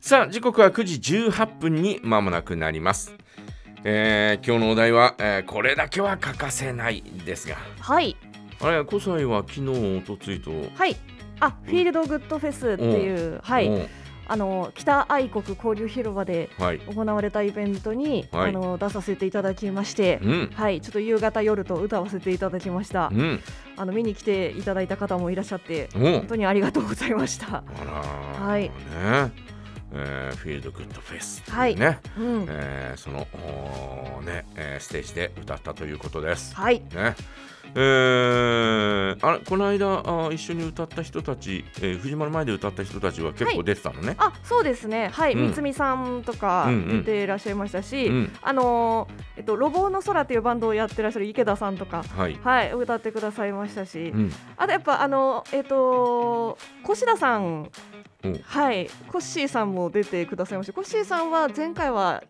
さあ時刻は9時18分に間もなくなります、えー今日のお題は、えーこれだけは欠かせない」ですがはいあれ小西は昨日おとついと、はいあフィールドグッドフェスっていう、はい、もあの北愛国交流広場でうはい行われたイベントに、はいあの出させていただきましてう、んはい、ちょっと夕方夜と歌わせていただきましたう。んあの見に来ていただいた方もいらっしゃって、もう本当にありがとうございました。あらーはいね、えーフィールドグッドフェス、はいね、うん、えーそのおーね、えーステージで歌ったということです。はい、ね、えーあれこの間あー一緒に歌った人たち、えー藤丸前で歌った人たちは結構出てたのね。あ、そうですね。はい、うん三つみさんとかうんうん出ていらっしゃいましたし、うん、あのーえっとロボの空っていうバンドをやってらっしゃる池田さんとか。はい。はい、歌ってくださいましたし、うん、あとやっぱあのえっ、と越田さんうん、はい、コッシーさんも出てくださいました。コッシーさんは前回は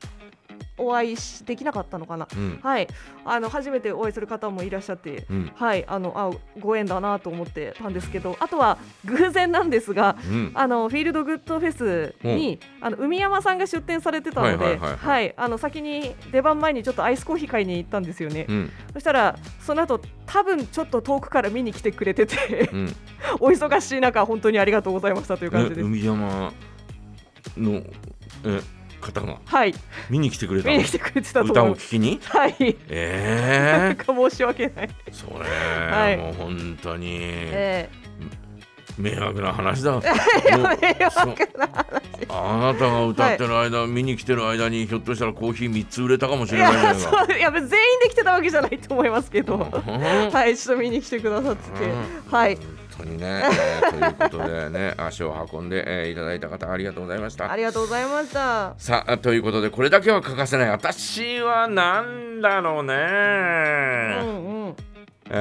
お会いしできなかったのかな。うん、はい、あの初めてお会いする方もいらっしゃって。うん、はい、あのあご縁だなと思ってたんですけどあとは偶然なんですがうん、あのフィールドグッドフェスに、あの海山さんが出店されてたのはで、ははいいいはいはいあの先に出番前にちょっとアイスコーヒー買いに行ったんですよね、うん、そしたらその後多分ちょっと遠くから見に来てくれてて うん、ねお忙しい中本当にありがとうございましたという感じです、海山のえ方がはい見に来てくれた見のに来てくれてたと歌思をう聞きに。はいなえんか申し訳ない、ー、それ、いもう本当に。え迷惑な話 だ。もうえ迷そう惑なあなたが歌ってる間、見に来てる間にひょっとしたらコーヒー3つ売れたかもしいれないじゃなやいか。 そういや別に全員できてたわけじゃないと思います けど、うんはいちょっと見に来てくださってて、うんはい本当にね、えーということでね足を運んで、えーいただいた方ありがとうございましあた。りがとうございましたさあということでこれだけは欠かせない私はなんだろうね、うんうんえ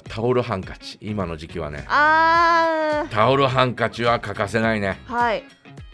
ータオルハンカチ今の時期はねあタオルハンカチは欠かせないねーはい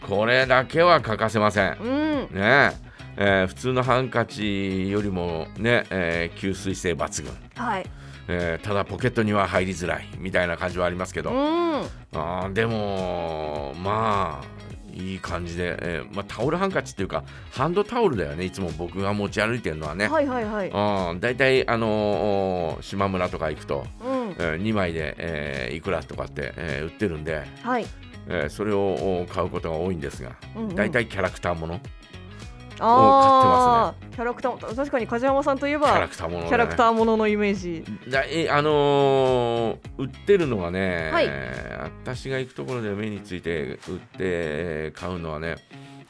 これだけは欠かせません。うんねええー普通のハンカチよりもね、えー吸水性抜群、はいえーただポケットには入りづらいみたいな感じはありますけうど、んあーでもまあいい感じで、えーまあ、タオルハンカチっていうかハンドタオルだよねいつも僕が持ち歩いてるのはね。はいはいはいうん、大体、あのー島村とか行くと、うんえ2枚で、えーいくらとかって、えー売ってるんで、はいえーそれをお買うことが多いんですが、うんうん大体キャラクターものあーキャラクターも確かに梶山さんといえキャラばクターもの、ね、キャラクターもののイメージだえあのー売ってるのがね、はい私が行くところで目について売って買うのはね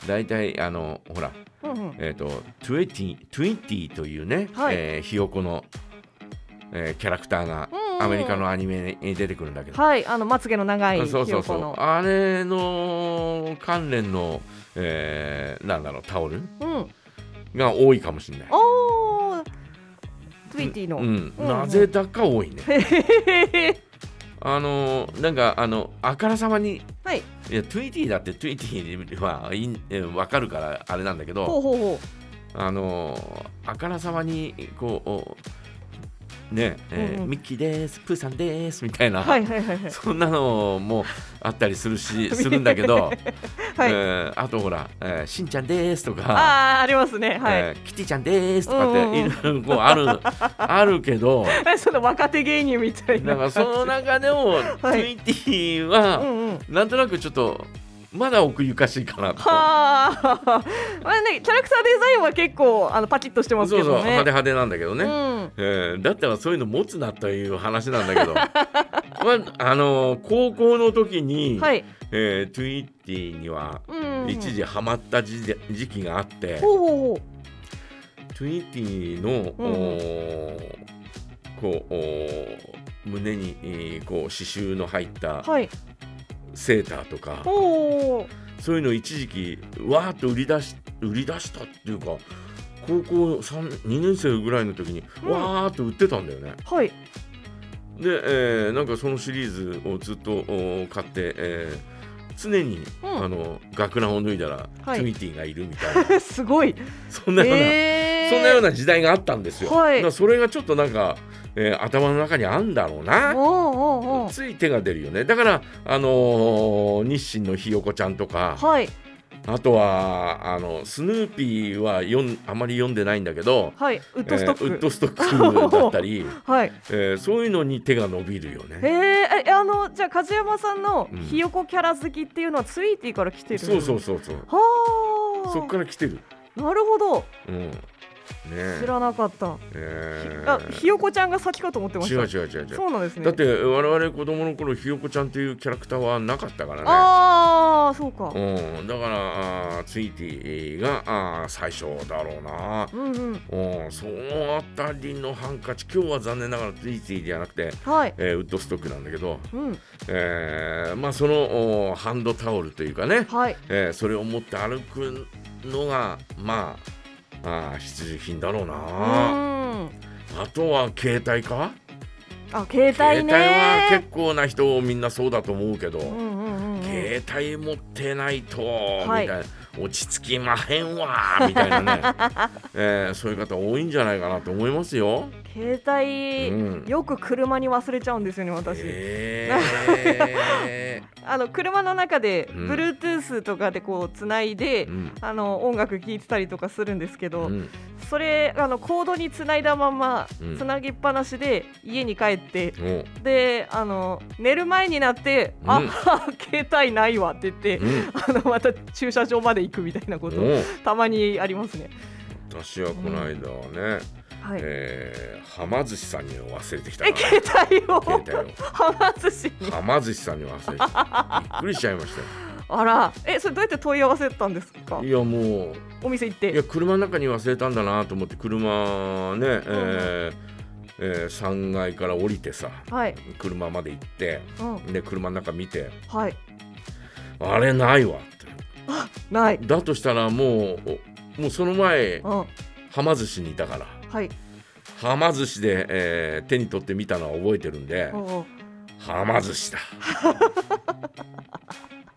大体あのほらうんうんえっ、ー、と20 20というね、はいえーひよこの、えーキャラクターがうんうんアメリカのアニメに出てくるんだけど、はいあのまつげの長いそうひそようそこうのあれの関連の、えーなんだろうタオルうんが多いかもしれない。おートゥイティの、うん、うんなぜだか多い ね。あのーなんかあのあからさまにはいいや、トゥイティだってトゥイティはいいえわかるからあれなんだけほうど、ほうほあのーあからさまにこうおねえーうんうんミッキーです、プーさんですみたいな、うはいはいはいはいそんなのもあったりするし するんだけど、はい、えーあとほら、えーしんちゃんですとか、ああありますねはい、えーキティちゃんですとかっうんうんてうんいろいろこうあるあるけど、 その若手芸人みたいななかんその中でも、トゥイティは、うんうんはなんとなくちょっとまだ奥ゆかしいかなと。あ、まあね、キャラクターデザインは結構あのパキッとしてますそけうそうどね派手派手なんだけどね、うんえーだったらそういうの持つなという話なんだけど まああのー高校の時に、はい、えー、トゥイッティにはうん、一時ハマった時で時期があって、ほうほうほトゥイッティの、うんうんおーこうおー胸にえーこう刺繍の入ったうはいセーターとか、ほうほそういうの一時期わーっと売り出し売り出したっていうか高校三2年生ぐらいの時に、うんわーっと売ってたんだよね。うはいで、えーなんかそのシリーズをずっとお買って、えー常に、うんあの学ランを脱いだら、はいトゥイティがいるみたいな すごいそんなような、えー、そんなような時代があったんですよ。はいだからそれがちょっとなんか、えー頭の中にあんだろうな。おうおうおうつい手が出るよねだから、あのー日清のひよこちゃんとか、はいあとはあのスヌーピーは読んあまり読んでないんだけどはい、ウッドストック。えーウッドストック だったり、はい。えーそういうのに手が伸びるよえーね。え、えあの、じゃあ、梶山さんのうんひよこキャラ好きっていうのは、ツイーティーから来てる。そうそうそうそう。はあ。そっから来てる。なるほど。うん。ねえ知らなかった。えあ、ーひよこちゃんが先かと思ってまし違た。う違う違う違う。そうなんですね。だって我々子供の頃ひよこちゃんというキャラクターはなかったからね。ああ、そうか。うん、だからあーツイーティーがあー最初だろうな。うんうん。うん、そのあたりのハンカチ今日は残念ながらツイーティーじゃなくて、はい。えーウッドストックなんだけど、うん。えーまあ、そのおハンドタオルというかね、はい。えーそれを持って歩くのがまああー必需品だろううな。ん。あとは携帯かあ、携携帯帯はね。結構な人みんなそうだと思うけど、うんうんうんうん。携帯持ってないと、はいみたいな落ち着きまへ んわみたいなね、えーそういう方多いんじゃないかなと思いますよ。携帯、うんよく車に忘れちゃうんですよね私、えあの車の中で、うん Bluetooth とかでこうつないで、 ーうんあの音楽聴いてたりとかするんですけど、うんそれあのコードにつないだままうんつなぎっぱなしで家に帰って、おであの寝る前になって、うんあ携帯ないわって言って、うんあのまた駐車場まで行くみたいなことおたまにありますね。私はこの間はね、はい、えー、はま寿司さんに忘れてきたえな携帯を携帯をはま寿司にはま寿司さんに忘れてたびっくりしちゃいました よあらえそれどうやって問い合わせたんですかいやもうお店行っいてや車の中に忘れたんだなと思って車ね、えーえー3階から降りてさはい、車まで行ってうん、で車の中見てはいあれないわっないてだとしたらもうおもうその前うんははま寿司にいたからいはま寿司で、えー手に取ってみたのは覚えてるんでおうはま寿司 だ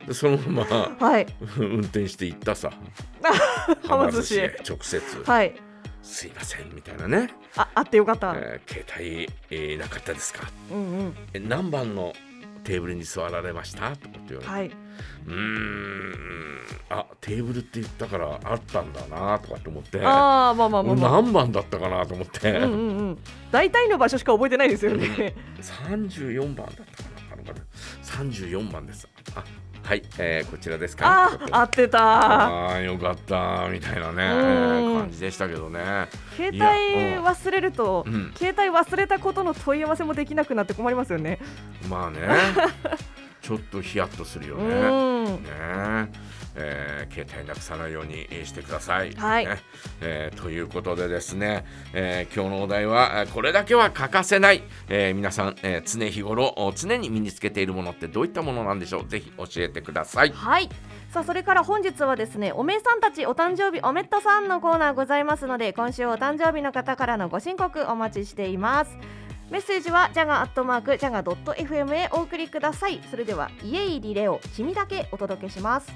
でそのままはい運転して行ったさはま寿司へへ直接はい「すいません」みたいなねああってよかった、えー携帯、えーなかったですかうんうんえ何番のテーブルに座られましたとかって言われて、はいうーんあテーブルって言ったからあったんだなとかって思ってああまあまあまあ俺まあ何番だったかなと思って、うんうんうん大体の場所しか覚えてないですよね34番だったかなあの方34番ですあはい、えーこちらですか とあかってあ合ってたあーよかったみたいなねうん感じでしたけどね携帯いやうん忘れると、うん携帯忘れたことの問い合わせもできなくなって困りますよねま あねちょっとヒヤッとするようね。んねえー携帯なくさないようにえーしてください。はいねえーということでですね、えー今日のお題はえーこれだけは欠かせない、えー皆さん、えー常日頃お常に身につけているものってどういったものなんでしょうぜひ教えてください。はい。さあそれから本日はですねおめえさんたちお誕生日おめっとさんのコーナーございますので今週お誕生日の方からのご申告お待ちしていますメッセージはジャガアットマークジャガ .fm へお送りくださいそれではイエイリレオ君だけお届けします